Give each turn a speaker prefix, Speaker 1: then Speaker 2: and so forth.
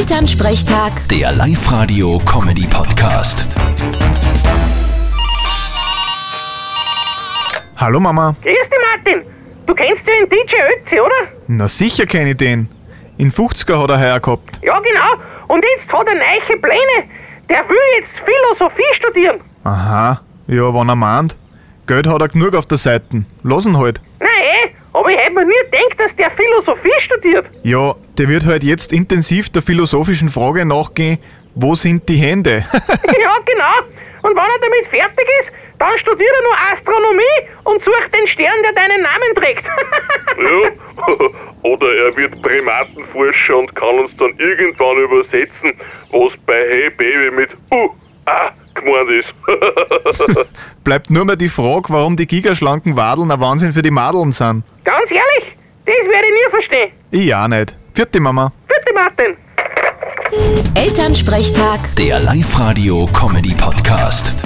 Speaker 1: Elternsprechtag,
Speaker 2: Der Live-Radio-Comedy-Podcast.
Speaker 3: Hallo Mama.
Speaker 4: Grüß dich, Martin. Du kennst ja den DJ Ötzi, oder?
Speaker 3: Na sicher kenne ich den. In 50er hat er heuer gehabt.
Speaker 4: Ja, genau. Und jetzt hat er neue Pläne. Der will jetzt Philosophie studieren.
Speaker 3: Aha. Ja, wann er meint. Geld hat er genug auf der Seite. Lass ihn halt.
Speaker 4: Nein, eh, aber ich hätte mir nie gedacht, dass der Philosophie studiert.
Speaker 3: Ja, der wird halt jetzt intensiv der philosophischen Frage nachgehen, wo sind die Hände?
Speaker 4: ja, genau. Und wenn er damit fertig ist, dann studiert er nur Astronomie und sucht den Stern, der deinen Namen trägt.
Speaker 5: Ja. Oder er wird Primatenforscher und kann uns dann irgendwann übersetzen, was bei Hey Baby mit U, A gemeint ist.
Speaker 3: Bleibt nur mehr die Frage, warum die gigaschlanken Wadeln ein Wahnsinn für die Madeln sind.
Speaker 4: Ganz ehrlich, das werde ich nie verstehen.
Speaker 3: Ich auch nicht. Vierte Mama.
Speaker 4: Bitte, Martin.
Speaker 1: Elternsprechtag.
Speaker 2: Der Live-Radio-Comedy-Podcast.